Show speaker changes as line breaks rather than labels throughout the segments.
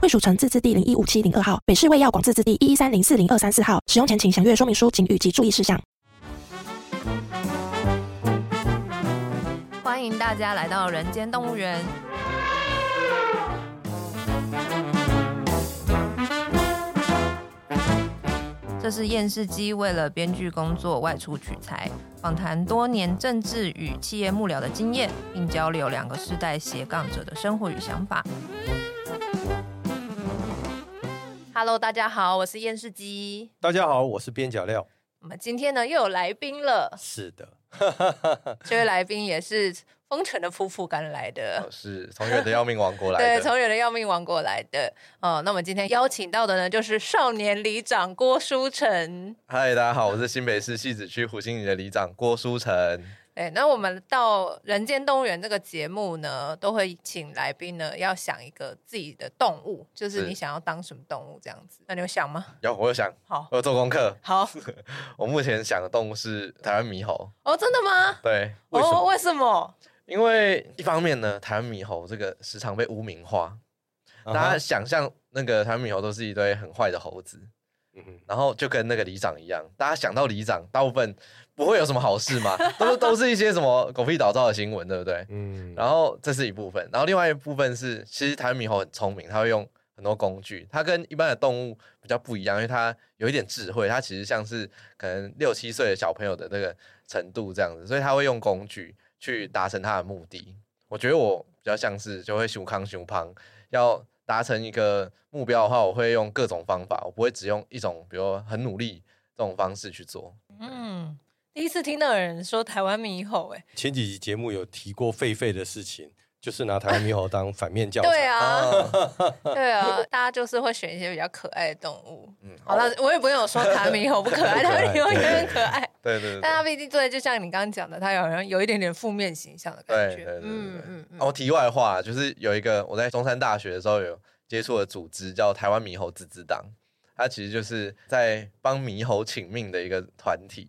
惠蜀城自治地零一五七零二号，北市卫药广自治地一一三零四零二三四号。使用前请详阅说明书请及注意事项。
欢迎大家来到人间动物园。这是验视机为了编剧工作外出取材，访谈多年政治与企业幕僚的经验，并交流两个世代斜杠者的生活与想法。Hello，大家好，我是验视机。
大家好，我是边角料。
我们今天呢又有来宾了，
是的，
这位来宾也是风尘的夫妇赶来的。
我是从远的要命王国来
对，
的。
从远的要命王国来的。哦，那我们今天邀请到的呢，就是少年里长郭书成。
嗨，大家好，我是新北市戏子区湖心里的里长郭书成。
对，哎那我们到《人间动物园》这个节目呢，都会请来宾呢要想一个自己的动物，就是
是
你想要当什么动物这样子。那你有想吗？
有，我有想，
好，
我有做功课。
好，
我目前想的动物是台湾猕猴。
哦，真的吗？
对，为什
哦，
么？
为什么？
因为一方面呢，台湾猕猴这个时常被污名化，大家想象那个台湾猕猴都是一堆很坏的猴子，
嗯
然后就跟那个里长一样，大家想到里长，大部分不会有什么好事嘛，都是都是一些什么狗屁倒灶的新闻，对不对？
嗯，
然后这是一部分，然后另外一部分是，其实台湾猕猴很聪明，它会用很多工具，它跟一般的动物比较不一样，因为它有一点智慧，它其实像是可能六七岁的小朋友的那个程度这样子，所以它会用工具去达成它的目的。我觉得我比较像是就会熊康熊胖，要达成一个目标的话，我会用各种方法，我不会只用一种，比如很努力这种方式去做。
嗯，第一次听到有人说台湾猕猴、欸，
前几集节目有提过狒狒的事情，就是拿台湾猕猴当反面教材。
对，啊，
啊
对啊，大家就是会选一些比较可爱的动物。
嗯，
好了，我也不用说台湾猕猴不可爱，台
不可爱
湾猕猴也很可爱，
对对对
但
对
它毕竟对，就像你刚刚讲的，它好像有一点点负面形象的感
对
觉。
对对
嗯
对对
嗯嗯。
哦，题外话，就是有一个我在中山大学的时候有接触的组织叫台湾猕猴自治党，它其实就是在帮猕猴请命的一个团体。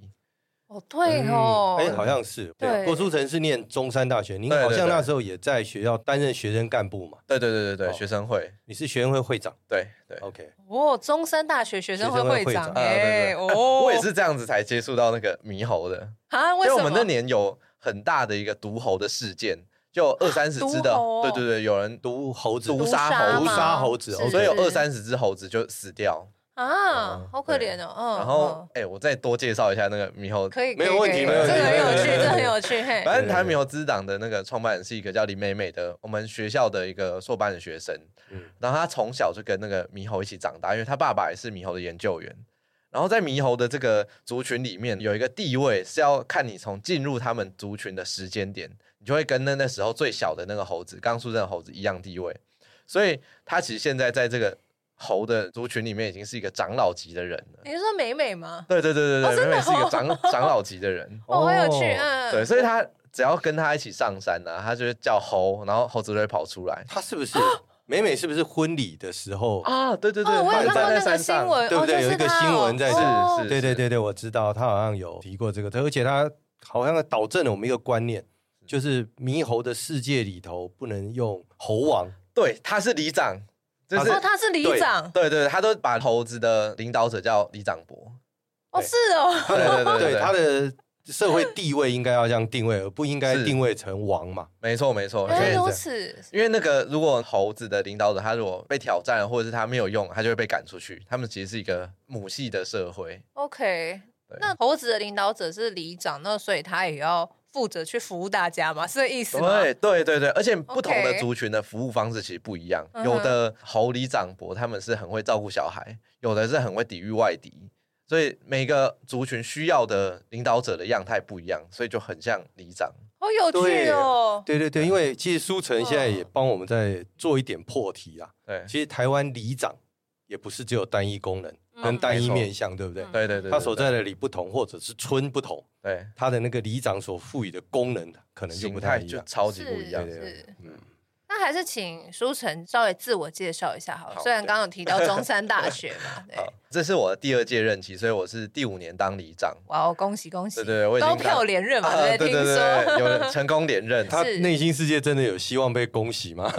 哦，
嗯
对哦，
哎，好像是
对
对。郭书成是念中山大学，您
对对
好像
对
那时候也在学校担任学生干部嘛？
对对对对对，
哦
学生会，
你是学生会会长
对对。
，OK？
哦，中山大学学生会会长
学生会会长
哎，
啊对对对
哦，
我也是这样子才接触到那个猕猴的，
啊，为
因为
什
我
么
们那年有很大的一个毒猴的事件，就二三十
啊毒
只的，
猴哦
对对对，有人毒
毒猴子，
毒
杀
杀猴
吗
毒杀猴子
是
哦
所以有
是
二三十只猴子就死掉。
啊
嗯，
好可怜哦，嗯，
然后，哎、我再多介绍一下那个猕猴
嗯可以，
没有
可以
问题
可以
没有问
这
题
个很有趣，
对对对
这个很有趣，嘿，
反正台湾猕猴之党的那个创办人是一个叫林美美的，我们学校的一个硕班的学生。
嗯
然后她从小就跟那个猕猴一起长大，因为她爸爸也是猕猴的研究员。然后在猕猴的这个族群里面，有一个地位是要看你从进入他们族群的时间点，你就会跟那那时候最小的那个猴子，刚出生的猴子一样地位。所以他其实现在在这个猴的族群里面已经是一个长老级的人了。
你是说美美吗？
对对对对
哦
对，
真的
美美是一
哦
个长长老级的人。
哦，好有趣，
哦
嗯，
对，所以他只要跟他一起上山呢、啊，他就会叫猴，然后猴子就会跑出来
他是不是美美？是不是婚礼的时候？
啊！对对对，
哦，我有看过
半站在
那个
山
新
上
闻，
对不对
哦就是
有一个
他
新闻
哦
在
是
哦
是，
对对对对，我知道，他好像有提过这个，而且他好像导正了我们一个观念，就是猕猴的世界里头不能用猴王，
对，他是里长，就是、
哦，他是里
对
长，
对对，他都把猴子的领导者叫里长 伯，
哦，是哦，
他
对
的
对对对对
他的社会地位应该要这样定位，而不应该
是
定位成王嘛。
没错没错，因
原来
为
如此，
因为那个如果猴子的领导者他如果被挑战了，或者是他没有用，他就会被赶出去。他们其实是一个母系的社会，
OK，
对
那猴子的领导者是里长，那所以他也要负责去服务大家嘛，是这意思吗？
对对对对，而且不同
OK
的族群的服务方式其实不一样。
嗯哼
有的猴里长伯他们是很会照顾小孩，有的是很会抵御外敌。所以每个族群需要的领导者的样态不一样，所以就很像里长。
好有趣哦。
对对对，因为其实苏晨现在也帮我们在做一点破题啊。
对，
其实台湾里长也不是只有单一功能
嗯
跟单
没
一
错
面向，对不对
嗯？
对对对，
他所
对
在的里不同，或者是村不同，
对
他的那个里长所赋予的功能可能就
形
不
态
太一
就
样。
超级不一样
对。
是
对
是
对，嗯，
那还是请舒晨稍微自我介绍一下好了。
好
虽然
对
刚刚有提到 中山大学嘛，对，
好，啊这是我的第二届任期，所以我是第五年当里长。
哇哦，恭喜恭喜，
对对我已经
高票连任嘛，
啊
对不
对
对？
对
听
对，有
说
人成功连任。
他
是
内心世界真的有希望被恭喜吗？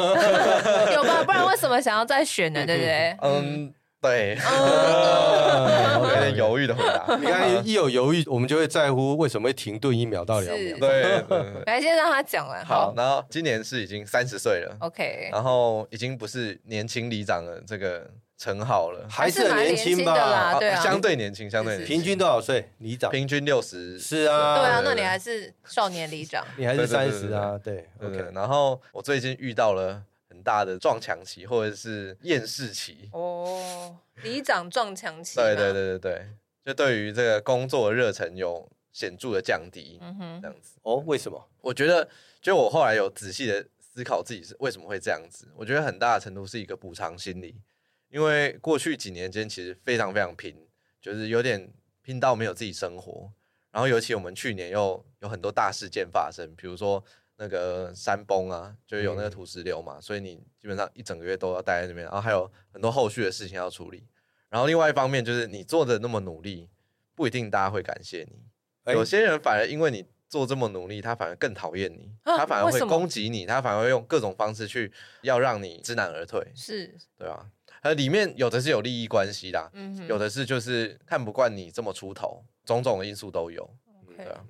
有 吧？不然为什么想要再选呢？对不对？
嗯，对，
嗯
有
有
点。犹豫的回答。啊
你看，一有犹豫，我们就会在乎为什么会停顿一秒到两
是
秒。
对，对对
来先让他讲完。
好，啊然后今年是已经三十岁了，
，OK，
然后已经不是年轻里长的这个称号了，
还
还
是
是蛮
很年
年轻
轻
的啦
吧？
对啊
相对年轻，相对年轻
平均多少岁？里长
平均六十，
是啊，
对啊，
对
那
对
你还是少年里长，
你还是
对对
三
对
十啊？对
对对。
，OK，
然后我最近遇到了很大的撞墙期，或者是厌世期。
哦，里长撞墙期，
对对，对对对，就对于这个工作的热忱有显著的降低，
嗯哼
这，样子。
哦，为什么？
我觉得，就我后来有仔细的思考自己是为什么会这样子，我觉得很大的程度是一个补偿心理，因为过去几年间其实非常非常拼，就是有点拼到没有自己生活，然后尤其我们去年又有很多大事件发生，比如说那个山崩啊，就有那个
嗯
土石流嘛，所以你基本上一整个月都要待在那边，然后还有很多后续的事情要处理，然后另外一方面就是你做的那么努力，不一定大家会感谢你。
哎
有些人反而因为你做这么努力，他反而更讨厌你，
啊
他反而
为
会
什么
攻击你，他反而会用各种方式去要让你知难而退，
是，
对吧、呃，里面有的是有利益关系啦，
嗯哼，
有的是就是看不惯你这么出头，种种的因素都有。
OK
对啊，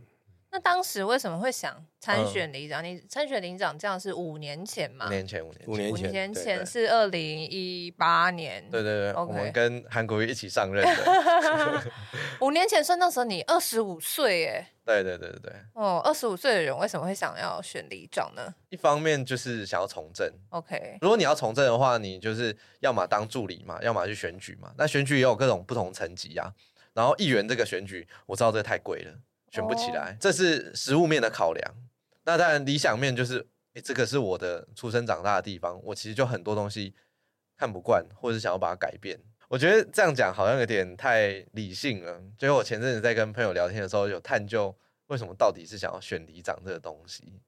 那当时为什么会想参
嗯
选里长？你参选里长这样是五年前嘛
五？年前，五年前，
五年
五
前
年
对
前
对
是二零一八年，
对对对
OK
我们跟韩国瑜一起上 任的。
五年前算那时候你二十五岁耶。
对对对对对，
哦，二十五岁的人为什么会想要选里长呢
一方面就是想要从政，
？OK，
如果你要从政的话，你就是要么当助理嘛，要么去选举嘛。那选举也有各种不同层级啊。然后议员这个选举，我知道这个太贵了，选不起来，这是实物面的考量。那当然理想面就是，诶，这个是我的出生长大的地方，我其实就很多东西看不惯，或者想要把它改变。我觉得这样讲好像有点太理性了。就是我前阵子在跟朋友聊天的时候，有探究为什么到底是想要选里长这个东西。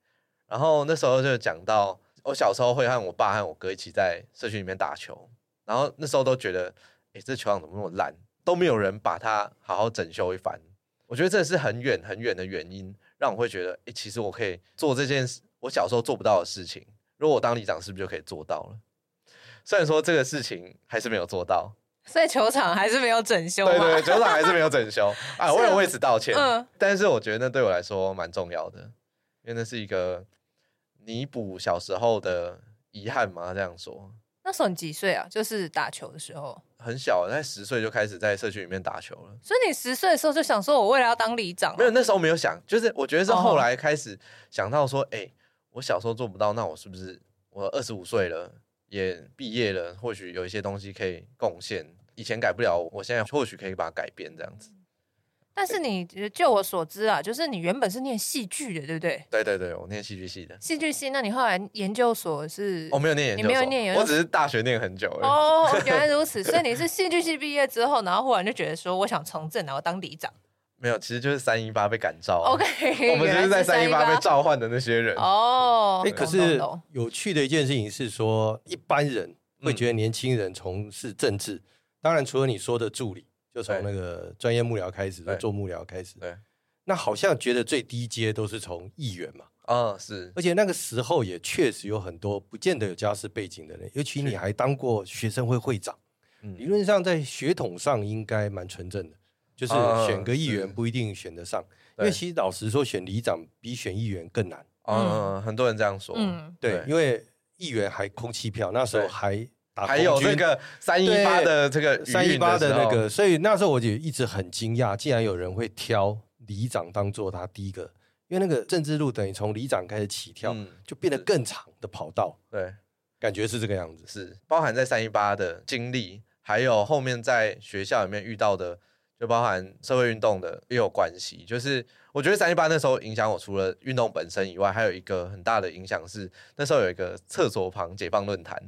然后那时候就讲到，我小时候会和我爸和我哥一起在社区里面打球，然后那时候都觉得，哎，这球场怎么那么烂，都没有人把它好好整修一番。我觉得这是很远很远的原因，让我会觉得，哎，其实我可以做这件事，我小时候做不到的事情，如果我当里长，是不是就可以做到了？虽然说这个事情还是没有做到，
所以球场还是没有整修嘛？
对对，球场还是没有整 修啊，我
是
有
啊
为此道歉。
嗯
但是我觉得那对我来说蛮重要的，因为那是一个弥补小时候的遗憾嘛。这样说，
那时候你几岁啊？就是打球的时候，
很小，在十岁就开始在社区里面打球了。
所以你十岁的时候就想说，我未来要当里长啊、
没有，那时候没有想，就是我觉得是
哦
后来开始想到说，哎、我小时候做不到，那我是不是我二十五岁了，也毕业了，或许有一些东西可以贡献，以前改不了，我现在或许可以把它改变，这样子。
但是你呃就我所知啊，就是你原本是念戏剧的，对不对？
对对对，我念戏剧系的。
戏剧系，那你后来研究所是？
哦我没有念研究
你
所，
没有念研究
我只是大学念很久而已。
哦，原来如此，所以你是戏剧系毕业之后，然后忽然就觉得说，我想从政，然后当里长。
没有，其实就是三一八被赶照啊、
OK，
我们就是在三一
原
八
来
被
是318
召唤的那些人。
哦，
哎，可
懂懂
是
懂
有趣的一件事情是说，一般人会觉得年轻人从事政治，当然除了你说的助理，就从那个专业幕僚开始，
对
就做幕僚开始。
对，
那好像觉得最低阶都是从议员嘛，
嗯，是
而且那个时候也确实有很多不见得有家世背景的人，尤其你还当过学生会会长，
嗯
理论上在血统上应该蛮纯正的，就是
啊
选个议
是
员不一定选得上，因为
对
其实老实说，选里长比选议员更难。
嗯，很多人这样说。
嗯，
对，因为议员还空气票，那时候
对
还打
还有
空军
那个三一八的这个
三一八
的
的
时
那
候
个，所以那时候我就一直很惊讶，竟然有人会挑里长当做他第一个，因为那个政治路等于从里长开始起跳，
嗯
就变得更长的跑道，
对，
感觉是这个样子。
是包含在三一八的经历，还有后面在学校里面遇到的，就包含社会运动的也有关系。就是我觉得三一八那时候影响我，除了运动本身以外，还有一个很大的影响是那时候有一个厕所旁解放论坛，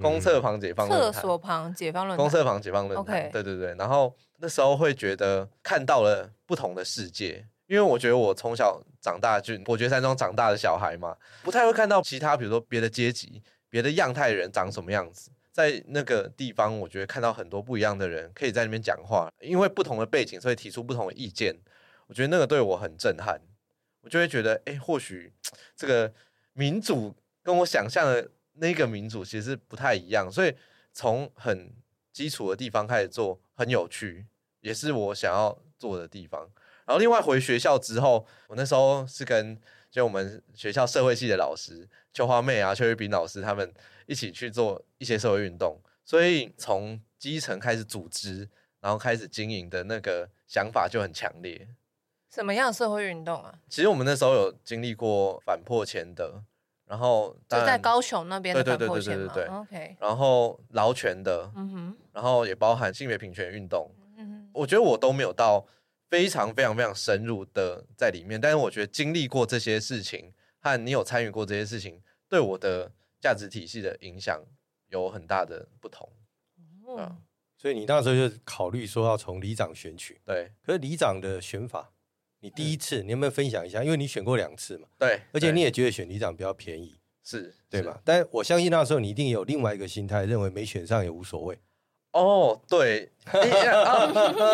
公厕旁解放
嗯
论
厕
坛，
所旁解放论坛
公厕房解放论坛
OK
对对对。然后那时候会觉得看到了不同的世界，因为我觉得我从小长大就伯爵山庄长大的小孩嘛，不太会看到其他，比如说别的阶级、别的样态的人长什么样子。在那个地方，我觉得看到很多不一样的人，可以在那边讲话，因为不同的背景，所以提出不同的意见。我觉得那个对我很震撼，我就会觉得，哎、或许这个民主跟我想象的那个民主其实不太一样，所以从很基础的地方开始做，很有趣，也是我想要做的地方。然后另外回学校之后，我那时候是跟就我们学校社会系的老师邱花妹啊、邱玉斌老师他们一起去做一些社会运动，所以从基层开始组织，然后开始经营的那个想法就很强烈。
什么样的社会运动啊？
其实我们那时候有经历过反破前的，然后
就
当
在
然
高雄那边的
对
反
对对
破
对
线
对
嘛。
对对
OK，
然后劳权的，
嗯哼，
然后也包含性别平权运动，
嗯
我觉得我都没有到非常非常非常深入的在里面，但是我觉得经历过这些事情和你有参与过这些事情，对我的价值体系的影响有很大的不同。
哼，
哦
嗯
所以你那时候就考虑说要从里长选举，
对
可是里长的选法，你第一次你有没有分享一下？因为你选过两次嘛，
嗯对，
而且
对
你也觉得选里长比较便宜，
是
对？
是
吧？但我相信那时候你一定有另外一个心态，认为没选上也无所
嗯
谓。
哦，对，哎啊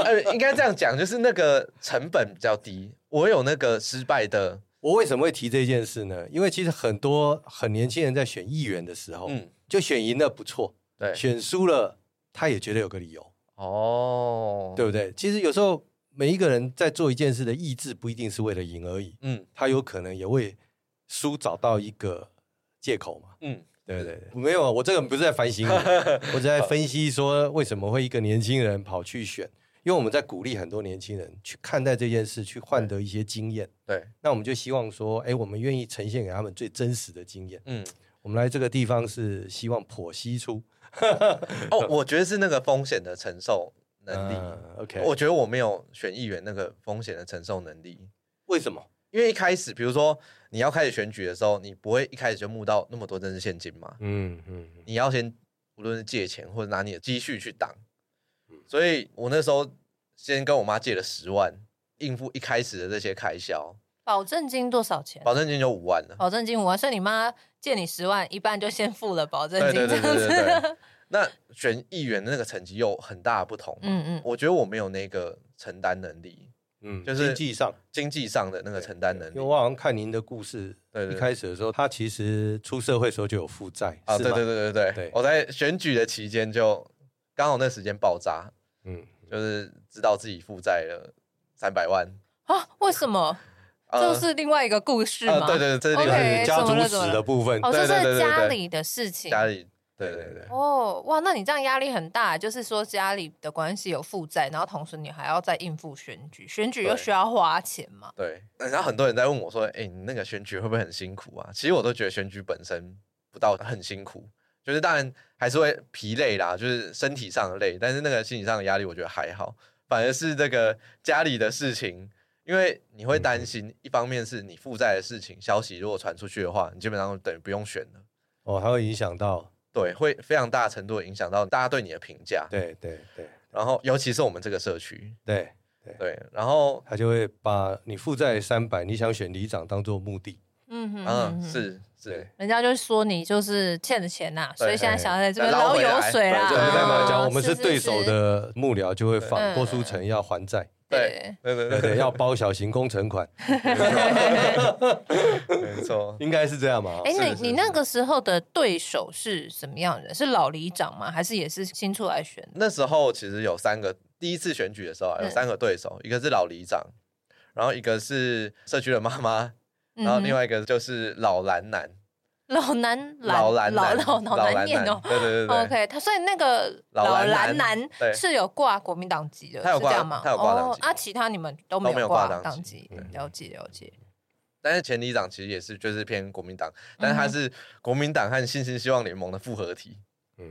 呃应该这样讲，就是那个成本比较低，我有那个失败的，
我为什么会提这件事呢？因为其实很多很年轻人在选议员的时候，
嗯，
就选赢了不错，
对，
选输了他也觉得有个理由，
哦，
对，不对？其实有时候每一个人在做一件事的意志不一定是为了赢而已，
嗯
他有可能也为输找到一个借口嘛。
嗯，
对不对，没有，啊我这个不是在 反省你，我只在分析说为什么会一个年轻人跑去选，因为我们在鼓励很多年轻人去看待这件事，去换得一些经验。
对，
那我们就希望说，哎，我们愿意呈现给他们最真实的经验。
嗯，
我们来这个地方是希望剖析出
哦，我觉得是那个风险的承受能力。
嗯 OK，
我觉得我没有选议员那个风险的承受能力，
为什么？
因为一开始，比如说你要开始选举的时候，你不会一开始就募到那么多政治现金嘛，
嗯嗯，
你要先无论是借钱或者拿你的积蓄去挡，
嗯
所以我那时候先跟我妈借了十万，应付一开始的这些开销，
保证金多少钱？
保证金就五万了。
保证金五万，所以你妈借你十万，一半就先付了保证
对
金，
对
这
对
样
对对
子。
对。那选议员的那个成绩有很大的不同，
嗯 嗯，
我觉得我没有那个承担能力，
嗯，
就是
经济上
经济上的那个承担能
因
力
为。我好像看您的故事，
对对
一开始的时候，他其实出社会的时候就有负债，
啊，
是
对
吗
对，对对对
对，
我在选举的期间就刚好那时间爆炸，
嗯，
就是知道自己负债了三百万，
啊，为什么？
呃
这是另外一个故事
呃
吗？
对对对，这是另
OK，
外
就是家
怎么
族
了
史
怎么
的
了
部分，
哦，
对
这
对对
是
对
家
对
里的事情。
家里，对对对，
哦，哇，那你这样压力很大，就是说家里的关系有负债，然后同时你还要再应付选举，选举又
对
需要花钱嘛。
对。然后很多人在问我说：“哎、你那个选举会不会很辛苦啊？”其实我都觉得选举本身不到很辛苦，就是当然还是会疲累啦，就是身体上的累，但是那个心理上的压力我觉得还好，反而是这个家里的事情。因为你会
嗯
担心，一方面是你负债的事情，消息如果传出去的话，你基本上等于不用选了。
哦，还会影响到，
对，会非常大程度地影响到大家对你的评价。
对对对
然后尤其是我们这个社区，
对，
对，然后
他就会把你负债三百，你想选里长当做目的，
嗯哼，
嗯，
哼哼
是
对
是，，
人家就说你就是欠了钱呐、所以现在想要在这边
对哎捞
捞
回来
油水啦。
对
对，代表
啊
讲我们是对手，
是
的幕僚，就会
嗯
放郭书成要还债，
对对对
对
对
对，
对，
要包小型工程款，
没错。
应该是这样嘛？
哎，
哦是
你
是
你那个时候的对手是什么样的人？是老里长吗？还是也是新出来选的？
那时候其实有三个，第一次选举的时候啊有
嗯
三个对手，一个是老里长，然后一个是社区的妈妈，然后另
外
外一个就是老蓝男，
老男
老
蓝
蓝
老
男，
老老难
蓝
念
男
哦，。
对对对对，
OK，他所以那个
老蓝
蓝
男
男
对
是有挂国民党籍的，
他有
是这
挂
样吗？
他有挂党籍
啊，其他你们都
都没有
挂
挂党
党
籍
籍，了解了解。
但是前里长其实也是
嗯
就是偏国民党，但是他是国民党和新兴希望联盟的复合体。
嗯，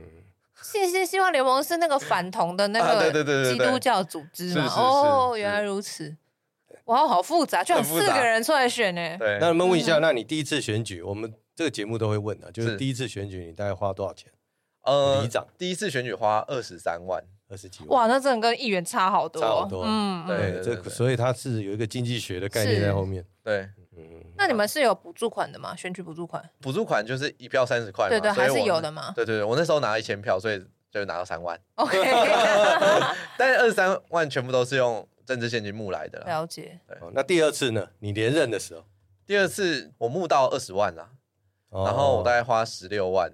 信心希望联盟是那个反同的那
啊
个
对对对对
基
对
督教组织嘛
是？是
哦，
是
原来如此，哇，好复杂，居然
很复
四
杂
个人出来选呢。
对，
那你们问一下，那你第一次选举，我们这个节目都会问的，就是
是
第一次选举你大概花多少钱？
呃
里长
第一次选举花二十三万，
二十几万。
哇，那真的跟议员差好多，
差好多
嗯，嗯
对
对，这所以它是有一个经济学的概念在后面。
对，
嗯，
那你们是有补助款的吗？选举补助款？
补助款就是一票三十块嘛，
对对，
所
还
以我
是有的。嘛。
对对对，我那时候拿一千票，所以就拿到三万，
OK，
但是二十三万全部都是用政治现金募来的啦。
了解。
哦那第二次呢？你连任的时候，
第二次我募到二十万啦，
哦
然后我大概花十六万。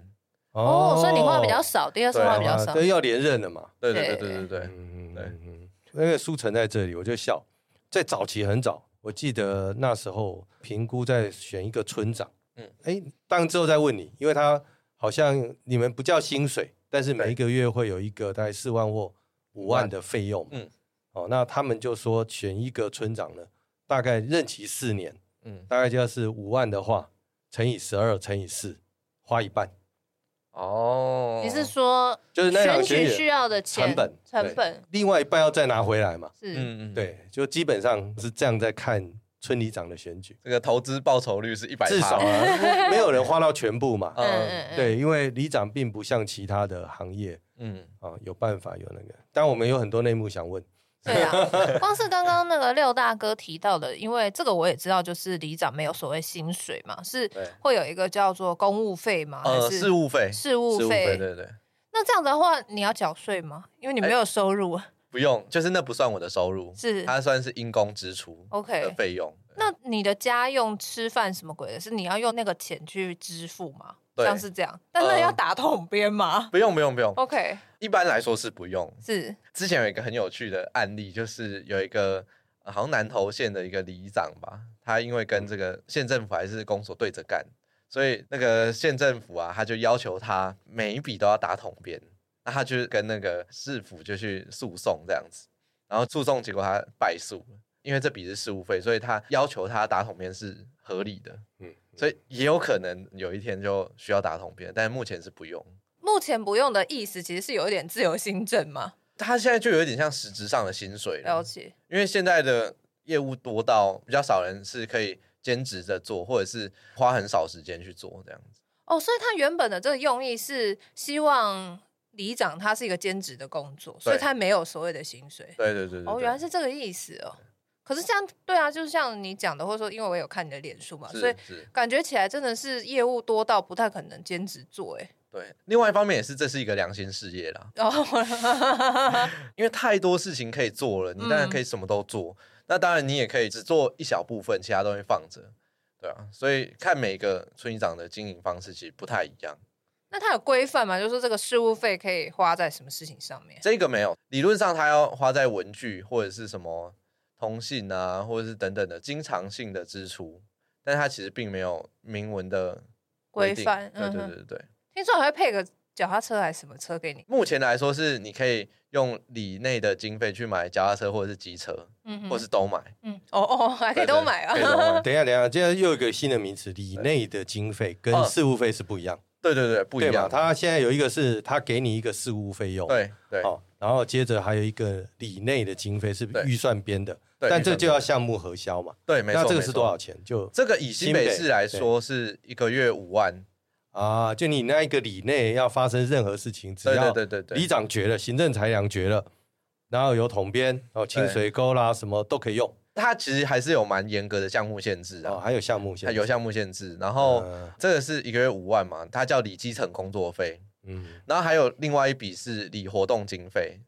哦，所以你花比较少，第二次
对
花
啊
比较少。
对，要连任的嘛。
对对
对
对对对对，
嗯
对
嗯，因为苏晨在这里，我就笑。在早期很早，我记得那时候评估在选一个村长，嗯
嗯，
哎，当然之后再问你，因为他好像你们不叫薪水，但是每一个月会有一个大概四万或五万的费用，嗯
嗯，
哦，那他们就说选一个村长呢，大概任期四年，
嗯，
大概就要是五万的话，乘以十二乘以四，花一半，
哦，
你是说
就是那
选
场
举需
举
要的钱
成本
成本
另外一半要再拿回来嘛，
是
嗯嗯，
对，就基本上是这样在看村里长的选举，
这个投资报酬率是一百，
至少啊，没有人花到全部嘛。
嗯
嗯
对，因为里长并不像其他的行业
嗯，
啊，有办法有那个。但我们有很多内幕想问，
对 啊，光是刚刚那个六大哥提到的，因为这个我也知道，就是里长没有所谓薪水嘛，是
对
会有一个叫做公务费吗？哦还
呃，
是
事务费，
事
事
务
对哎
费？
对对，
那这样的话，你要缴税吗？因为你没有收入，啊。
不用，就是那不算我的收入，
是
它算是因公支出
OK
的费用。
那你的家用、吃饭什么鬼的，是你要用那个钱去支付吗？
对嗯
像是这样，但那
呃
要打统编吗、
不用不用不用，
o k
一般来说是不用。
是
之前有一个很有趣的案例，就是有一个呃好像南投县的一个里长吧，他因为
嗯
跟这个县政府还是公所对着干，所以那个县政府啊，他就要求他每一笔都要打统编，那他就跟那个市府就去诉讼这样子，然后诉讼结果他败诉了，因为这笔是事务费，所以他要求他打统编是合理的，
嗯，
所以也有可能有一天就需要打统编，但目前是不用。
目前不用的意思，其实是有一点自由新政嘛，
他现在就有点像实质上的薪水了
了，解。
因为现在的业务多到比较少人是可以兼职着做，或者是花很少时间去做这样子。
哦，所以他原本的这个用意是希望里长他是一个兼职的工作，所以
对
他没有所谓的薪水。
对对对对
哦，
对
原来是这个意思哦。可是这样对啊，就像你讲的，或者说因为我有看你的脸书嘛，
是
所以
是
感觉起来真的是业务多到不太可能兼职做哎。
对。另外一方面也是，这是一个良心事业啦，
然后
因为太多事情可以做了，你当然
嗯
可以什么都做。那当然你也可以只做一小部分，其他东西放着。对啊，所以看每个村里长的经营方式其实不太一样。
那他有规范嘛？就是说这个事务费可以花在什么事情上面？
这个没有，理论上它要花在文具或者是什么通信啊，或者是等等的经常性的支出，但它其实并没有明文的规
规
定
范
对
嗯
对
哼
对对对，
听说还会配个脚踏车还是什么车给你？
目前来说是你可以用里内的经费去买脚踏车或者是机车，
嗯哼
或是都买，
嗯，哦哦，还可以
对对
都买啊
可以。都买
等一下，等一下，现在又有一个新的名词，里内的经费跟
嗯
事务费是不一样，
对对对，不一
对吧？
样，
他现在有一个是他给你一个事务费用，，
对对
哦，然后接着还有一个里内的经费是
对
预算编的，
对
但
预
这
算
就要
编
项目核销嘛。
对，没错，
那这个
没
是
错
多少？钱？就
这个以新北
新北
市来说是一个月五万，
啊，就你那一个里内要发生任何事情，只
对
要
对对对对，
里长决了，行政裁量决了，然后有统编哦，清水沟啦，什么都可以用
它其实还是有蛮严格的项目限制
哦，
啊，
还有项目现
它
在
有项目限制，然后
嗯
这个是一个月五万嘛，它叫理基层工作费，
嗯，
然后还有另外一笔是理活动经费，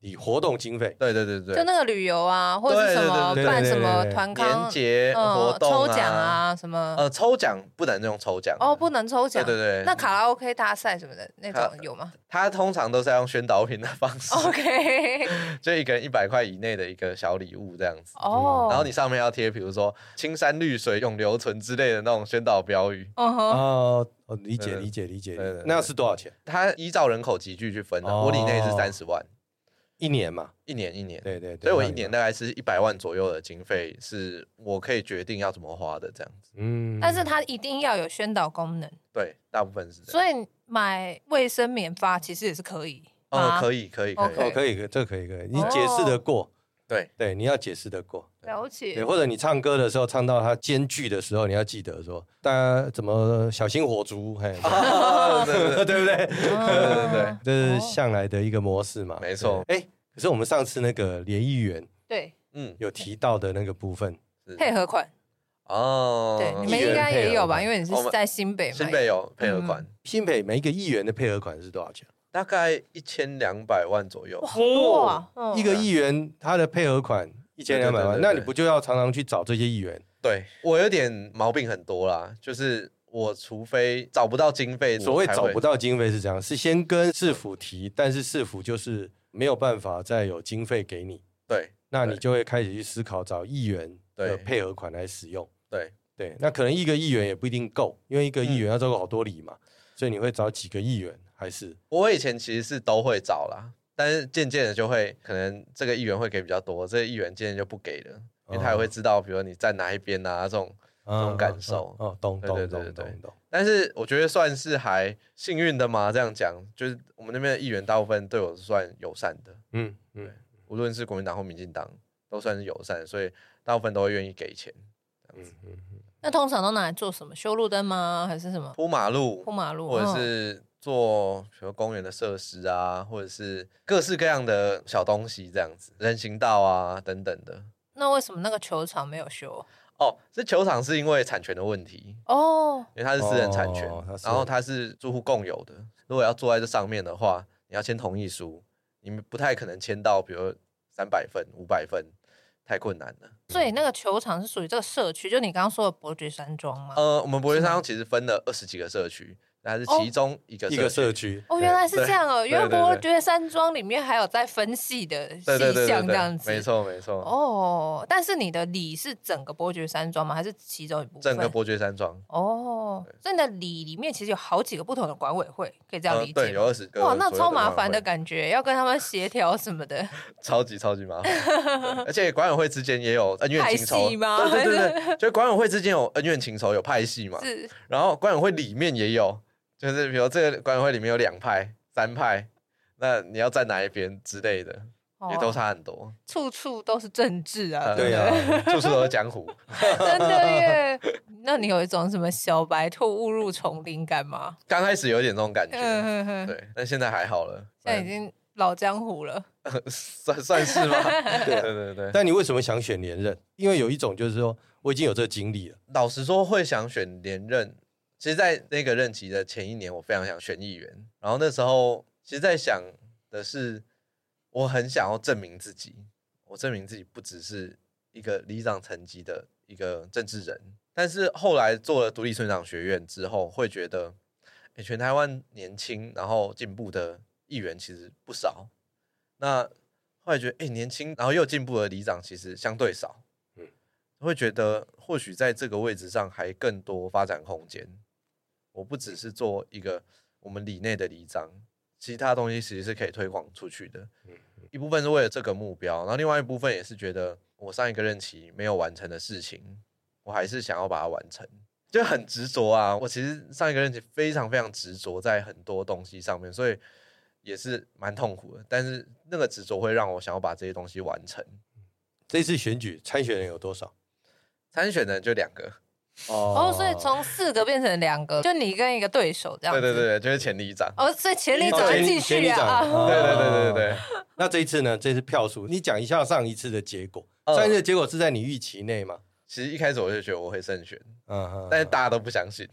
以活动经费
对对对对，
就那个旅游啊，或者是什么
对对对对
办
对
什
对对
么
对
团
年
康、
节
嗯
活动、
抽奖，啊什么。
呃，抽奖不能用抽奖
哦，不能抽奖。
对对对
那卡拉 OK 大赛什么的那
卡
种有 吗
它通常都是要用宣导品的方式，
哦？OK，
就一个人一百块以内的一个小礼物这样子。
哦，
然后你，上面要贴，比如说“青山绿水永留存”之类的那种宣导标语。
嗯哼，
哦，哦理解
对对
理解理解
对对对，
那是多少钱？
它依照人口集聚去分的，
哦
我里内是三十万，
一年嘛，
一年一年。
对对对，
所以我
那
一
你
年大概是一百万左右的经费，是我可以决定要怎么花的这样子。
嗯
但是它一定要有宣导功能，
对，大部分是这样。
所以买卫生棉发其实也是可以
哦，
以。
可以，可以，可以
啊 OK
哦，可以，可以这个可以，可以，你解释得过，
对
对，你要解释得过，
哦了解
对，，或者你唱歌的时候唱到它间距的时候，你要记得说，大家怎么小心火烛，嘿，
啊对对对
对不对？
对对
对
这是向来的一个模式嘛，
没错
对。哎，可是我们上次那个联议员
对
嗯，
有提到的那个部分，
是
配合款，
哦，
对你们
一元
应该嗯也有吧？
配合款
因为你
我
是
们
在新北嘛，
新北有配合款，
新北每一个议员的配合款是多少钱？
大概一千两百万左右，
好多啊，嗯
一个议员他的配合款一千两百
对对对
万，
对
那你不就要常常去找这些议员？
对我有点毛病很多啦，就是我除非找不到经费，
所谓找不
到，
到经费是这样，是先跟市府提，但是市府就是没有办法再有经费给你，
对
那你
对
就会开始去思考找议员的
对
配合款来使用。
对嗯
对，那可能一个议员也不一定够，因为一个议员要照顾好多里嘛，所以你会找几个议员还是
我以前其实是都会找啦，但是渐渐的就会可能这个议员会给比较多，这个议员渐渐就不给了，因为他也会知道，比如你在哪一边啊这种。
这
种感受
嗯哦，懂
对
懂
对
懂
对对
懂懂。
但是我觉得算是还幸运的嘛，这样讲，就是我们那边的议员大部分对我是算友善的，
嗯嗯，
无论是国民党或民进党，都算是友善，所以大部分都会愿意给钱。
嗯
那通常都拿来做什么？修路灯吗？还是什么？
铺马路，
铺马路，
或者
嗯
是做比如公园的设施啊，或者是各式各样的小东西这样子，人行道啊等等的。
那为什么那个球场没有修？
哦，这球场是因为产权的问题，
哦，
因为它是私人产权，
哦它是
然后它是住户共有的。如果要坐在这上面的话，你要签同意书，你们不太可能签到，比如三百份、五百份，太困难了。
所以那个球场是属于这个社区，就你刚刚说的伯爵山庄吗？
呃，我们博学
是吗
商其实分了二十几个社区，那它是
哦
其中一个
一个社
社区。
区
哦，
对
原来是
对
这样哦，
对
原来
对
伯
对
爵山庄里面还有在分系的
对对
细
对对
项这样
对，
子，
没。错没错，
哦，但是你的里是整个伯爵山庄吗？还是其中一部分？
整个伯爵山庄。
哦，所以你的里里面其实有好几个不同的管委会，可以这样
呃
理
对，
解
有
吗？
二十个。
哇，那超麻烦的，感觉，要跟他们协调什么 的。
超级超级麻烦。对而且管委会之间也有恩怨
派
情仇
系吗
对对对 对，就管委会之间有恩怨情仇，有派系嘛。
是
然后管委会里面也有，就是比如这个管委会里面有两派、三派，那你要站哪一边之类的，也都
哦
差很多。
处处都是政治啊，
呃
真
对
的
啊，
处处都是江湖。
真的 耶。那你有一种什么小白兔误入丛林感吗？
刚开始有点这种感
嗯
觉，
哼哼，现
对，但现在还好了。
在已经老江湖了。
嗯算 算是 吗？对对对对，
但你为什么想选连任？因为有一种就是说，我已经有这个经历了，
老实说，会想选连任。其实，在那个任期的前一年，我非常想选议员。然后那时候，其实在想的是，我很想要证明自己，我证明自己不只是一个里长层级的一个政治人。但是后来做了独立村长学院之后，会觉得，诶全台湾年轻然后进步的议员其实不少。那后来觉得，诶，年轻然后又进步的里长其实相对少。会觉得或许在这个位置上还更多发展空间。我不只是做一个我们里内的里长，其他东西其实是可以推广出去的。一部分是为了这个目标，然后另外一部分也是觉得我上一个任期没有完成的事情，我还是想要把它完成，就很执着啊。我其实上一个任期非常非常执着在很多东西上面，所以也是蛮痛苦的。但是那个执着会让我想要把这些东西完成。
这次选举参选人有多少？
参选的人就两个，
哦
哦，所以从四个变成两个，就你跟一个对手这样子。
对对对对，就是前里长。
哦，所以潜力
你
长
总
还
前
继续啊！啊
对对对对对。
那这一次呢？这次票数，你讲一下上一次的结果。
嗯
上一次的结果是在你预期内吗？
其实一开始我就觉得我会胜选，
嗯哼
但是大家都不相信。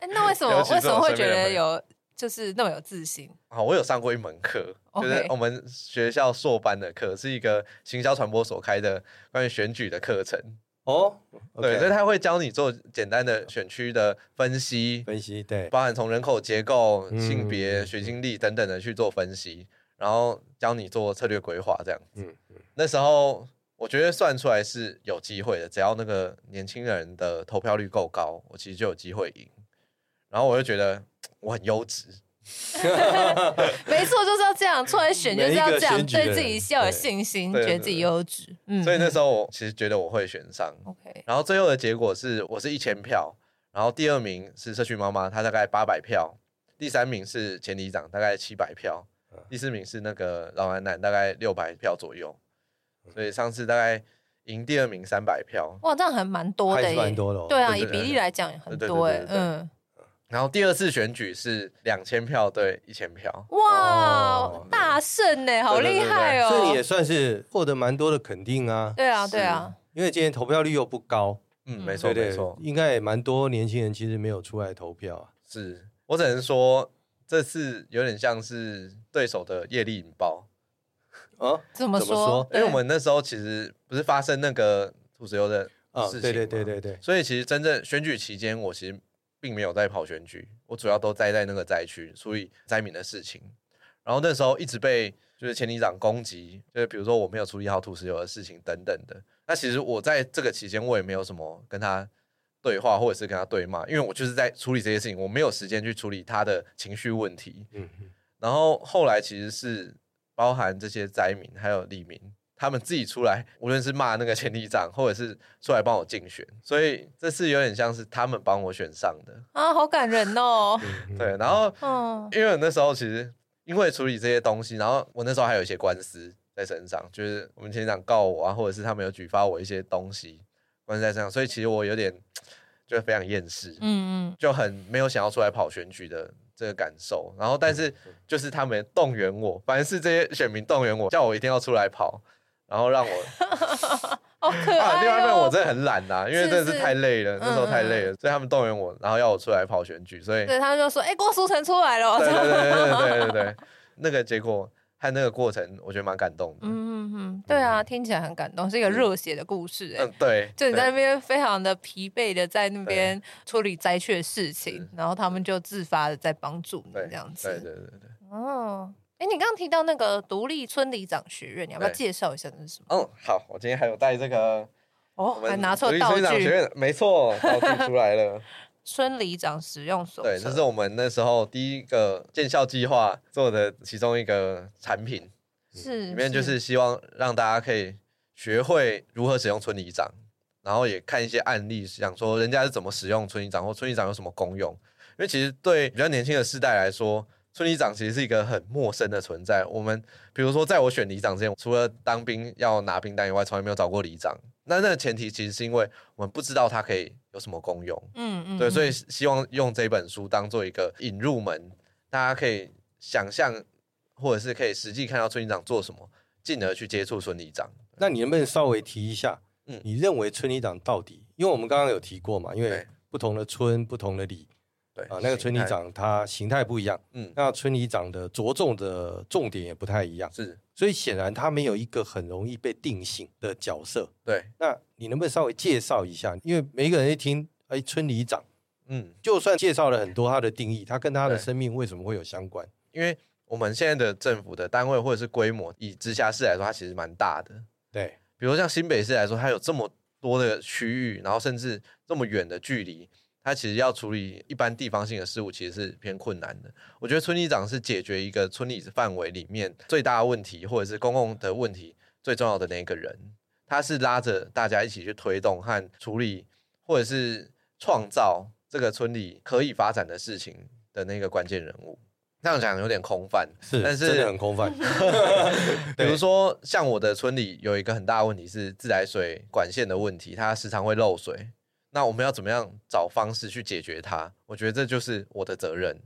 哎那为什么
尤其是
为什么
我
会
身
觉
边的
得
朋
有就是那么有自信？
啊，我有上过一门课，就
OK
是我们学校硕班的课，是一个行销传播所开的关于选举的课程。
哦，
对，
OK
所以他会教你做简单的选区的分析，
分析对，
包含从人口结构、
嗯
性别、
嗯
学经历等等的去做分析，然后教你做策略规划这样子。
嗯
那时候我觉得算出来是有机会的，只要那个年轻人的投票率够高，我其实就有机会赢。然后我就觉得我很优质，
没错，就是要这样，出来选就是要这
每
样，
一个选举的
对
人
自己要有信心，
对对
觉得自己优质。嗯，
所以那时候我其实觉得我会选上。
OK，
然后最后的结果是我是一千票，然后第二名是社区妈妈，她大概八百票，第三名是前里长，大概七百票
嗯；
第四名是那个老安南，大概六百票左右。
嗯
所以上次大概赢第二名三百票，
哇，这样还蛮多
还
的
是
耶
蛮。多的哦。
对啊，
对
以
对对
比例来讲很
对对
多
对
哎
对，对
嗯，
然后第二次选举是两千票对一千票。
哇
哦，
大胜哎，好
对对
厉
对对
害哦！
所以你也算是获得蛮多的肯定啊，
对啊，对啊，
因为今天投票率又不高，
嗯，
嗯
没错
对
没
对
错，，
应该也蛮多年轻人其实没有出来投票啊。
是我只能说这次有点像是对手的业力引爆，
啊
哦
怎么
怎么
说
说？
因为
对
我们那时候其实不是发生那个兔子油的
啊，
事情、
对对对。对对，
所以其实真正选举期间，我其实并没有在跑选举，我主要都待在那个灾区处理灾民的事情。然后那时候一直被就是前里长攻击，就是比如说我没有处理好土石流的事情等等的。那其实我在这个期间，我也没有什么跟他对话或者是跟他对骂，因为我就是在处理这些事情，我没有时间去处理他的情绪问题。
嗯，
然后后来其实是包含这些灾民还有黎民，他们自己出来，无论是骂那个前里长，或者是出来帮我竞选，所以这次有点像是他们帮我选上的。
啊，好感人 哦。
嗯
对，，然后
嗯，
因为我那时候其实因为处理这些东西，然后我那时候还有一些官司在身上，就是我们前里长告我啊，或者是他们有举发我一些东西，官司在身上，所以其实我有点就非常厌世。
嗯嗯，
就很没有想要出来跑选举的这个感受。然后，但是就是他们动员我，凡是这些选民动员我，叫我一定要出来跑，然后让我
好可爱、哦
啊，另外一半我真的很懒呐、因为
是
真的是
是嗯
太累了，那时候太累了，所以他们动员我，然后要我出来跑选举，所以
对，他们就说：“哎、郭书成出来了。”
对对对对对对对 对，那个结果和那个过程，我觉得蛮感动的。嗯
嗯嗯嗯，对啊，听起来很感动，是一个热血的故事、哎、
嗯对，
就你
对
在那边非常的疲惫的在那边处理灾区的事情
是，
然后他们就自发的在帮助你
对
这样
对
子。
对对对。
哦，哎、你刚刚提到那个独立村里长学院，你要不要
对
介绍一下那是什么？
嗯，好，我今天还有带这个
哦
我，
还
们
拿错
独立
道
村长学
具，
院的，没错，道具出来了。
村里长使用手册。
对，这是我们那时候第一个建校计划做的其中一个产品，
嗯是
里面就是希望让大家可以学会如何使用村里长，然后也看一些案例，想说人家是怎么使用村里长，或村里长有什么功用。因为其实对比较年轻的世代来说，村里长其实是一个很陌生的存在。我们比如说，在我选里长之前，除了当兵要拿兵单以外，从来没有找过里长。那那个前提其实是因为我们不知道它可以有什么功用。
嗯嗯，
对，所
以
以希望用这本书当做一个引入门，大家可以想象，或者是可以实际看到村里长做什么，进而去接触村里长。
那你能不能稍微提一下，
嗯
你认为村里长到底？因为我们刚刚有提过嘛，因为
对
不同的村、不同的里
对
啊，那个村里，
形态
长他形态不一样，
嗯，
那村里长的着重的重点也不太一样，
是
所以显然他没有一个很容易被定型的角色。
对，
那你能不能稍微介绍一下？因为每一个人一听，哎，村里长，
嗯，
就算介绍了很多他的定义，他跟他的
对
生命为什么会有相关？
因为我们现在的政府的单位或者是规模，以直辖市来说，它其实蛮大的。
对，
比如像新北市来说，它有这么多的区域，然后甚至这么远的距离，它其实要处理一般地方性的事务，其实是偏困难的。我觉得村里长是解决一个村里范围里面最大的问题，或者是公共的问题最重要的那一个人，他是拉着大家一起去推动和处理，或者是创造这个村里可以发展的事情的那个关键人物。这样讲有点空泛，
是，
但是
真的很空泛。
比
对
如说，像我的村里有一个很大的问题是自来水管线的问题，它时常会漏水。那我们要怎么样找方式去解决它？我觉得这就是我的责任，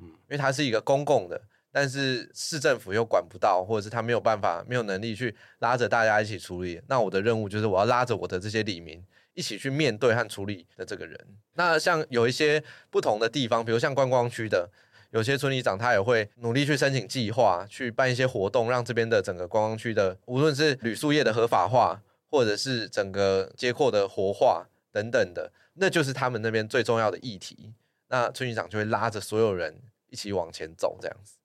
嗯
因为它是一个公共的，但是市政府又管不到，或者是他没有办法、没有能力去拉着大家一起处理。那我的任务就是我要拉着我的这些里民一起去面对和处理的这个人。那像有一些不同的地方，比如像观光区的，有些村里长他也会努力去申请计划，去办一些活动，让这边的整个观光区的，无论是旅宿业的合法化，或者是整个街廓的活化等等的，那就是他们那边最重要的议题。那村里长就会拉着所有人一起往前走，这样子。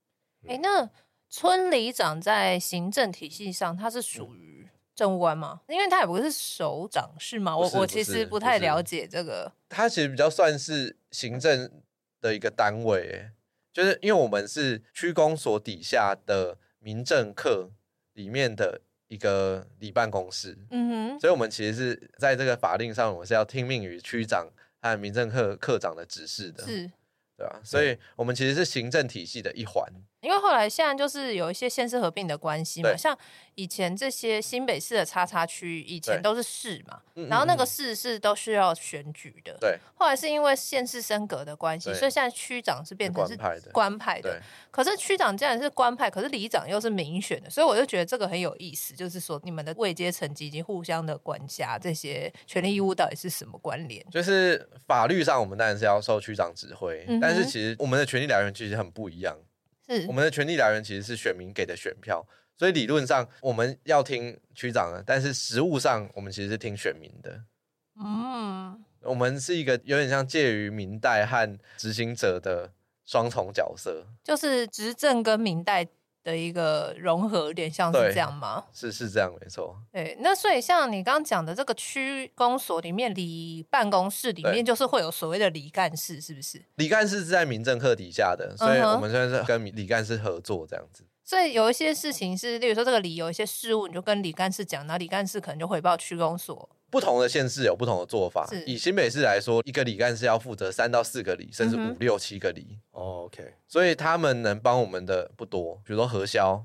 哎、那村里长在行政体系上，他是
嗯
属于政务官吗？因为他也不是首长，是吗？我
不是
我
不
其实
是
不
不
太
是
了解这个。
它其实比较算是行政的一个单位欸，就是因为我们是区公所底下的民政课里面的一个里办公室。
嗯哼，
所以我们其实是在这个法令上，我们是要听命于区长和民政课课长的指示的。
是
对吧、所以我们其实是行政体系的一环，
因为后来现在就是有一些县市合并的关系嘛，
对
像以前这些新北市的叉叉区，以前
对
都是市嘛，
嗯
然后那个
嗯嗯
市是都需要选举的，
对，
后来是因为县市升格的关系，
对
所以现在区长是变成是
官派的
官派的
对，
可是区长既然是官派，可是里长又是民选的，所以我就觉得这个很有意思，就是说你们的位阶层级以及互相的管辖这些权利义务到底是什么关联？
就是法律上我们当然是要受区长指挥，
嗯哼嗯
但是其实我们的权利来源其实很不一样，
是
我们的权利来源其实是选民给的选票，所以理论上我们要听区长的，但是实务上我们其实是听选民的。
嗯，
我们是一个有点像介于明代和执行者的双重角色，
就是执政跟民代的一个融合，有点像是
对
这样吗？
是是这样没错。
对，那所以像你刚刚讲的这个区公所里面，里办公室里面
对
就是会有所谓的里干事，是不是？
李干事是在民政课底下的，所以
嗯哼
我们现在是跟李干事合作这样子。
所以有一些事情是，例如说这个里有一些事务，你就跟里干事讲，然后里干事可能就汇报区公所。
不同的县市有不同的做法
是。
以新北市来说，一个李干事要负责三到四个里，甚至
嗯
五
哼
六七个里，
哦，OK，
所以他们能帮我们的不多，比如说核销，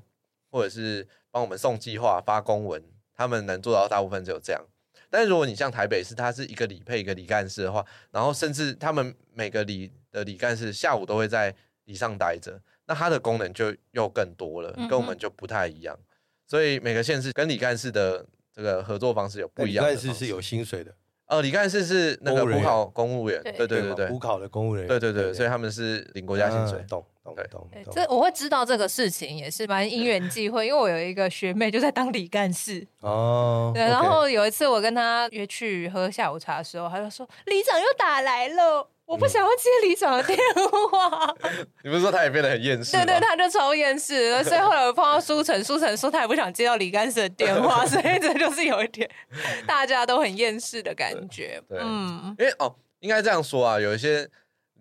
或者是帮我们送计划、发公文，他们能做到大部分只有这样。但是如果你像台北市，它是一个里配一个里干事的话，然后甚至他们每个里的里干事下午都会在里上待着，那它的功能就又更多了
嗯哼，
跟我们就不太一样。所以每个县市跟里干事的这个合作方式有不一样的
但
方式。
是是有薪水的，
呃，李干事是那
公
个
务人
补
员
考公务员，
对
对对对
嘛
对
补考的公务人员，
对对对，所以他们是领国家薪水
啊。懂懂
对
懂
对，
懂。
这我会知道这个事情也是蛮因缘际会，因为我有一个学妹就在当里干事，
哦，
对，然后有一次我跟她约去喝下午茶的时候，她就说里长又打来了。我不想要接里长的电话，
你不是说他也变得很厌世吗？
对对，她就抽烟室了。所以后来我碰到舒晨，舒晨说她也不想接到李干事的电 话，所以这就是有一点大家都很厌世的感觉。
对对
嗯，
因为哦，应该这样说啊，有一些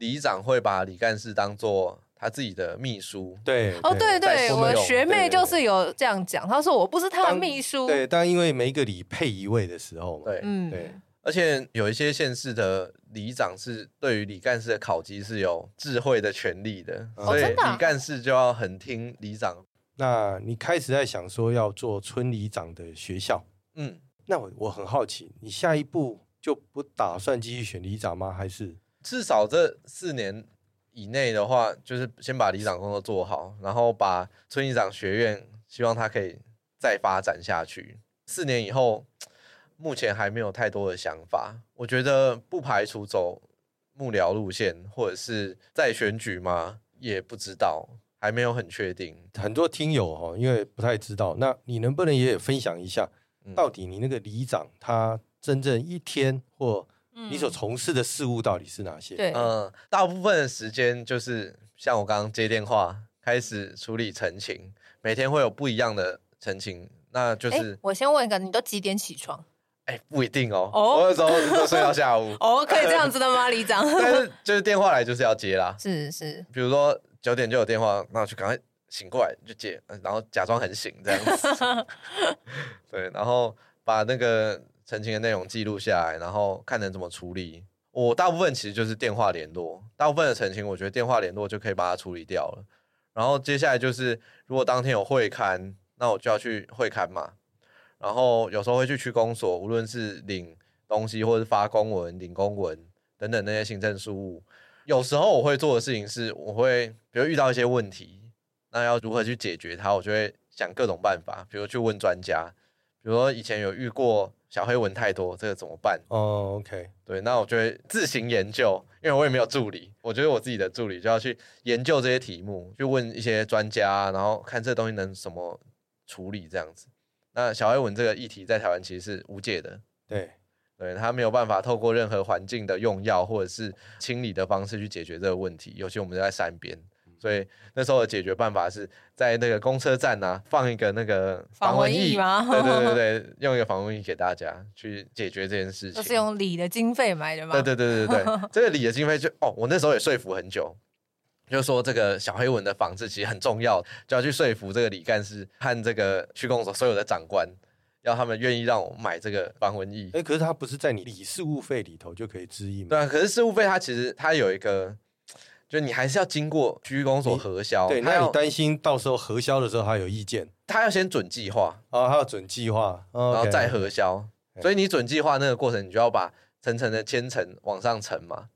里长会把李干事当做他自己的秘书，
对
哦，对对，
在
我
私用
学妹
对对
就是有这样讲，她说我不是她的
当
秘书，
对，但因为每一个里配一位的时候嘛，
对，
嗯，
对
而且有一些县市的里长是对于李干事的考绩是有智慧的权利的，
哦
所以
真的啊
李干事就要很听里长。
那你开始在想说要做村里长的学校，
嗯，
那我我很好奇，你下一步就不打算继续选里长吗？还是
至少这四年以内的话，就是先把里长工作做好，然后把村里长学院，希望它可以再发展下去。四年以后，目前还没有太多的想法。我觉得不排除走幕僚路线，或者是再选举吗？也不知道，还没有很确定。
很多听友哦，因为不太知道，那你能不能也分享一下，
嗯
到底你那个里长他真正一天或你所从事的事物到底是哪些？
对，呃
嗯，大部分的时间就是像我刚刚接电话，开始处理陈情，每天会有不一样的陈情，那就
哎
是。
我先问一个，你都几点起床？
哎、不一定哦，
哦，
我有时候都睡到下午
哦，可以这样子的吗，里长？
但是就是电话来就是要接啦。
是是，
比如说九点就有电话，那我就赶快醒过来就接，呃然后假装很醒这样子。 对，然后把那个澄清的内容记录下来，然后看能怎么处理。我大部分其实就是电话联络，大部分的澄清，我觉得电话联络就可以把它处理掉了。然后接下来就是，如果当天有会刊，那我就要去会刊嘛。然后有时候会去区公所，无论是领东西，或者是发公文、领公文等等那些行政事务。有时候我会做的事情是，我会比如遇到一些问题，那要如何去解决它，我就会想各种办法，比如去问专家，比如说以前有遇过小黑蚊太多，这个怎么办？
哦，OK，
对，那我就会自行研究，因为我也没有助理，我觉得我自己的助理就要去研究这些题目，去问一些专家，啊然后看这东西能什么处理这样子。那小黑蚊这个议题在台湾其实是无解的，
对，
对，它没有办法透过任何环境的用药或者是清理的方式去解决这个问题，尤其我们在山边。所以那时候的解决办法是在那个公车站啊，放一个那个
防蚊
疫
液吗
对对对 对，用一个防蚊液给大家去解决这件事情。
都是用里的经费买的吗？
对对对对对，这个理的经费就哦，我那时候也说服很久，就说这个小黑蚊的防治其实很重要，就要去说服这个李干事和这个区公所所有的长官，要他们愿意让我买这个防蚊液。
哎，可是他不是在你里事务费里头就可以支应吗？
对啊，可是事务费它其实它有一个就你还是要经过区公所
你
核销，
对，
他
那你
要
担心到时候核销的时候他有意见
他要先准计划，
啊，他要准计划，哦然
然后再核销，所以你准计划那个过程，你就要把层层的千层往上层嘛，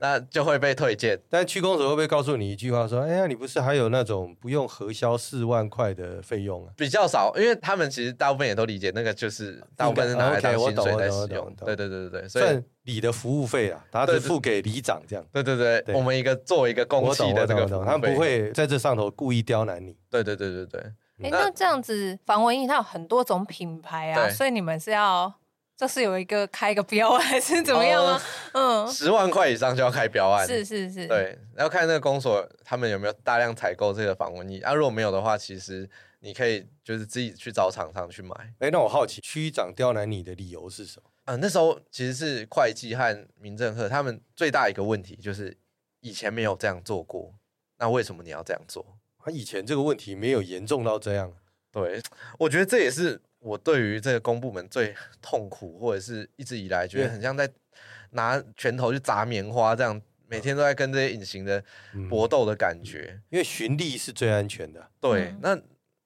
那就会被推荐。
但区公所会不会告诉你一句话说：“哎呀，你不是还有那种不用核销四万块的费用啊
比较少，因为他们其实大部分也都理解那个就是大部分是拿来当
OK，我
薪
懂
水
我
在
懂
使
我懂我
用，
懂
对对对对对，？”所以
算你的服务费啊，他只
对对
付给里长这样。
对对
对
对，我们一个作为一个公
我懂
器
我
的这
懂
个
我
服务
懂，
费，
他们不会在这上头故意刁难你。
对，对对对对
哎、
嗯那
那这样子防蚊液它有很多种品牌啊，
对
所以你们是要就是有一个开一个标啊还是怎么样吗？
对，十万块以上就要开标
嗯，哦
案，
是是是，
哦对，要看那个公所他们有没有大量采购这个防蚊衣啊，如果没有的话，其实你可以就是自己去找厂商去买
哎，那我好奇，区长刁难你的理由是什么？
啊。那时候其实是会计和民政课他们最大一个问题就是以前没有这样做过，那为什么你要这样做？
他以前这个问题没有严重到这样，啊
对，我觉得这也是我对于这个公部门最痛苦，或者是一直以来觉得
对
很像在拿拳头去砸棉花这样，每天都在跟这些隐形的搏斗的感觉。
因为循例是最安全的。
对
嗯，
那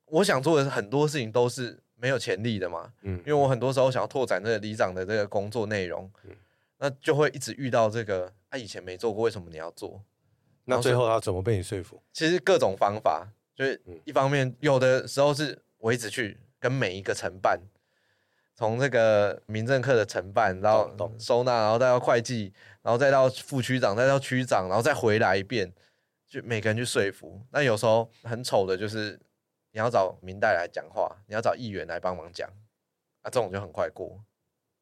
我想做的很多事情都是没有潜力的嘛，
嗯
因为我很多时候想要拓展这个里长的这个工作内容，那就会一直遇到这个，他、以前没做过，为什么你要做？
那最后他怎么被你说服？
其实各种方法，就是
嗯
一方面有的时候是我一直去跟每一个承办，从这个民政课的承办，然后
懂懂
收纳，然后再到会计，然后再到副区长，再到区长，然后再回来一遍，就每个人去说服。那有时候很丑的就是你要找民代来讲话，你要找议员来帮忙讲，啊，这种就很快过。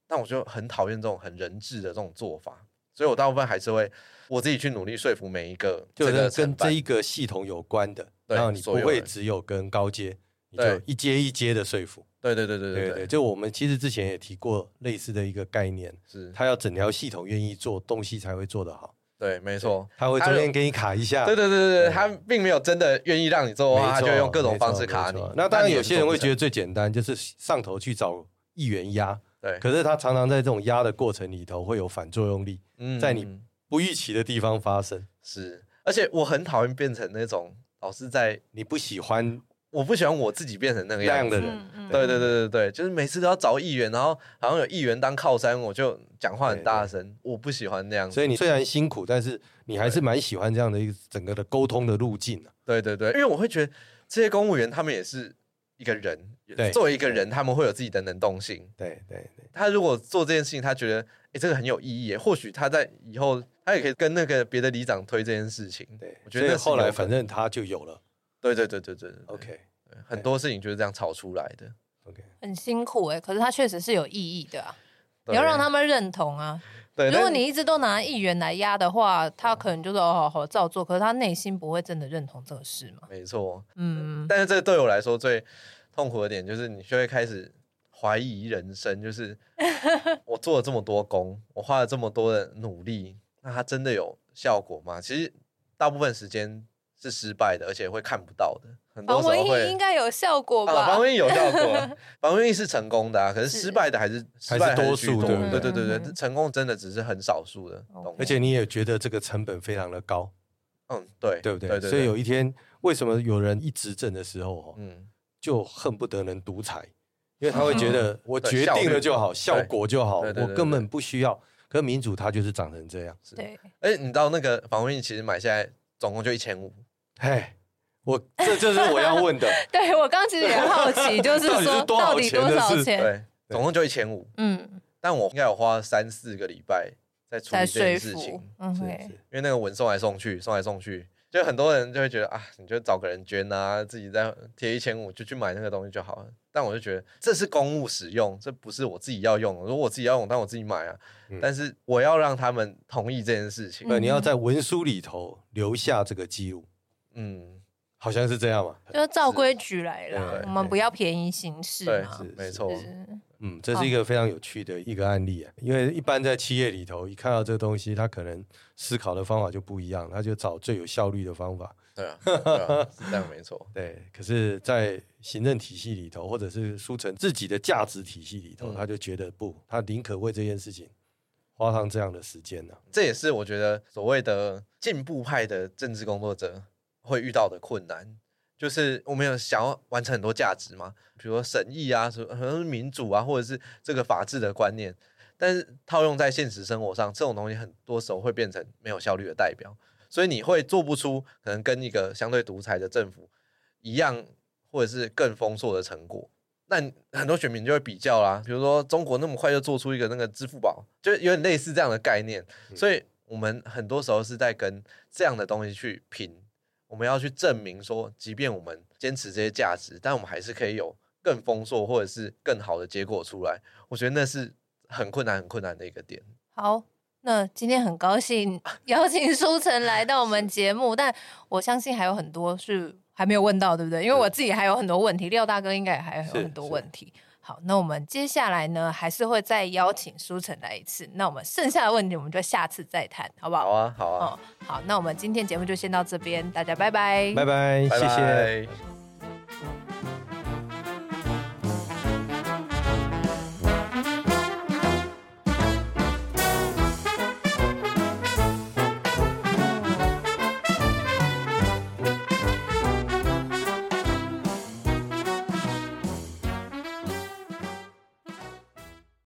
但我就很讨厌这种很人治的这种做法，所以我大部分还是会我自己去努力说服每一个
就
这个
是
承
跟
办
这一个系统有关的，
对
然后你不
所有
会
的
只有跟高阶，你就
对
一阶一阶的说服。
对对对对
对
对
对，
对，
就我们其实之前也提过类似的一个概念，
是，
他要整条系统愿意做，东西才会做得好。
对，没错，
他会中
有
间给你卡一下，
对对对对
对
对，他并没有真的愿意让你做的话，
没
他
错
就用各种方式卡你
没错没错。那当然，有些人会觉
得，
得最简单就是上头去找议员压，
对，
可是他常常在这种压的过程里头会有反作用力，
嗯
在你
嗯
不预期的地方发生。
是，而且我很讨厌变成那种老是在，
你不喜欢
我不喜欢我自己变成那个
那样
样
的
子。
人，
嗯嗯
对对对对对，就是每次都要找议员，然后好像有议员当靠山，我就讲话很大声，我不喜欢那样。
所以你虽然辛苦，但是你还是蛮喜欢这样的一个整个的沟通的路径啊
对对对，因为我会觉得这些公务员他们也是一个人，
对
作为一个人，他们会有自己的能动性。
对对对，
他如果做这件事情，他觉得哎、诶这个很有意义耶，或许他在以后他也可以跟那个别的里长推这件事情。
对
我觉得
所
那
以
是
后
有
来
可
反正他就有了。
对对对对对对
OK
对很多事情就是这样吵出来的。
OK，
很辛苦哎、可是它确实是有意义的啊。
对
你要让他们认同啊！
对，
如果
但
你一直都拿议员来压的话，他可能就是哦好好照做，可是他内心不会真的认同这个事嘛。
没错，
嗯，
但是这对我来说最痛苦的点就是，你就会开始怀疑人生，就是 我做了这么多工，我花了这么多的努力，那它真的有效果吗？其实大部分时间是失败的，而且会看不到的。很多
防
时候
蚊
会
液应该有效果吧？
啊，防瘟疫有效 果，防瘟疫是成功的啊，可是失败的还是失败的
还是多
居
数
多对
对
对
对对
嗯哦
对，成功真的只是很少数的
OK
东西，
而且你也觉得这个成本非常的高，
嗯，对
对不对？
对对，
所以有
对
一天，为什么有人一执政的时候、哦，
嗯，
就恨不得能独裁，因为他会觉得我
嗯对
决
效
定了
率
就好，效
对
果就好，
对对对
我
对
根
对
本不需要。可民主它就是长成这样，
对，
而哎且你到那个防瘟疫其实买下来总共就一千五，
哎，我这就是我要 问的，
对我刚其实也很好 奇，就是说
到
到
底
底
是多
多
少钱
少
的事
钱？
对，总共就一千五，
嗯，
但我应该有花三四个礼拜在处
在
理这
说
件事
服
情，，
嗯，
是
对
是
因为那个文送来送去，送来送去。就很多人就会觉得啊，你就找个人捐啊，自己再贴一千五就去买那个东西就好了。但我就觉得这是公务使用，这不是我自己要用的。如果我自己要用，但我自己买啊。
嗯
但是我要让他们同意这件事情。
对，你
嗯
要在文书里头留下这个记录，
嗯，
好像是这样嘛？
就是照规矩来
对
啦
对，
我们不要便宜行事
对
嘛。，
是
没错。
是
嗯，这是
哦
一个非常有趣的一个案例啊，因为一般在企业里头，一看到这个东西，他可能思考的方法就不一样，他就找最有效率的方法。
对啊，对啊是这样没错。
对，可是，在行政体系里头，或者是书城自己的价值体系里头，
嗯
他就觉得不，他宁可为这件事情花上这样的时间呢、
这也是我觉得所谓的进步派的政治工作者会遇到的困难，就是我们有想要完成很多价值嘛，比如说审议啊，什么可能是民主啊，或者是这个法治的观念，但是套用在现实生活上，这种东西很多时候会变成没有效率的代表，所以你会做不出可能跟一个相对独裁的政府一样，或者是更丰硕的成果。那你很多选民就会比较啦，比如说中国那么快就做出一个那个支付宝，就有点类似这样的概念，所以我们很多时候是在跟这样的东西去拼，我们要去证明说，即便我们坚持这些价值，但我们还是可以有更丰硕或者是更好的结果出来。我觉得那是很困难、很困难的一个点。
好，那今天很高 兴邀请舒晨来到我们节目，但我相信还有很多是还没有问到，对不对？因为我自己还有很多问题，廖大哥应该也还有
是
很多
是
问题。好，那我们接下来呢，还是会再邀请舒晨来一次。那我们剩下的问题，我们就下次再谈，好不好？
好啊，好啊，
哦，好，那我们今天节目就先到这边，大家拜拜
拜拜，
拜
谢谢。
拜。